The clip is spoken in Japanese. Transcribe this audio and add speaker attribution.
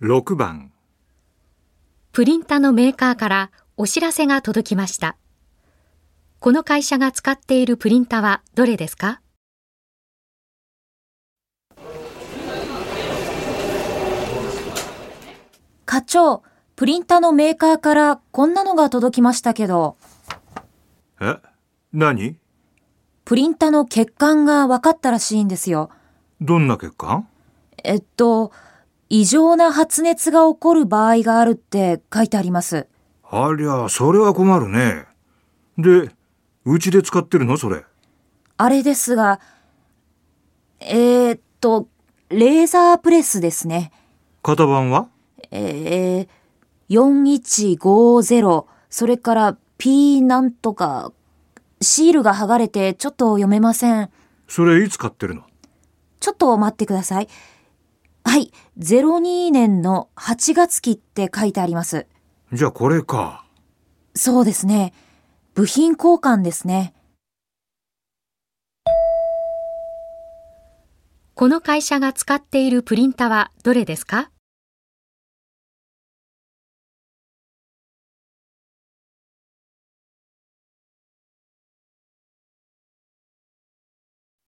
Speaker 1: 6番
Speaker 2: プリンタのメーカーからお知らせが届きました。この会社が使っているプリンタはどれですか
Speaker 3: 課長、プリンタのメーカーからこんなのが届きましたけど、
Speaker 1: え何
Speaker 3: プリンタの欠陥が分かったらしいんですよ。
Speaker 1: どんな欠陥
Speaker 3: えっと、異常な発熱が起こる場合があるって書いてあります。
Speaker 1: ありゃそれは困るねでうちで使ってるのそれ
Speaker 3: あれですが、えー、っと、レーザープレスですね。
Speaker 1: 型番は
Speaker 3: えー、4150、それから P なんとか、シールが剥がれてちょっと読めません。
Speaker 1: それいつ買ってるの
Speaker 3: ちょっと待ってください。はい。02年の8月期って書いてあります。
Speaker 1: じゃあこれか
Speaker 3: そうですね。部品交換ですね。
Speaker 2: この会社が使っているプリンタはどれですか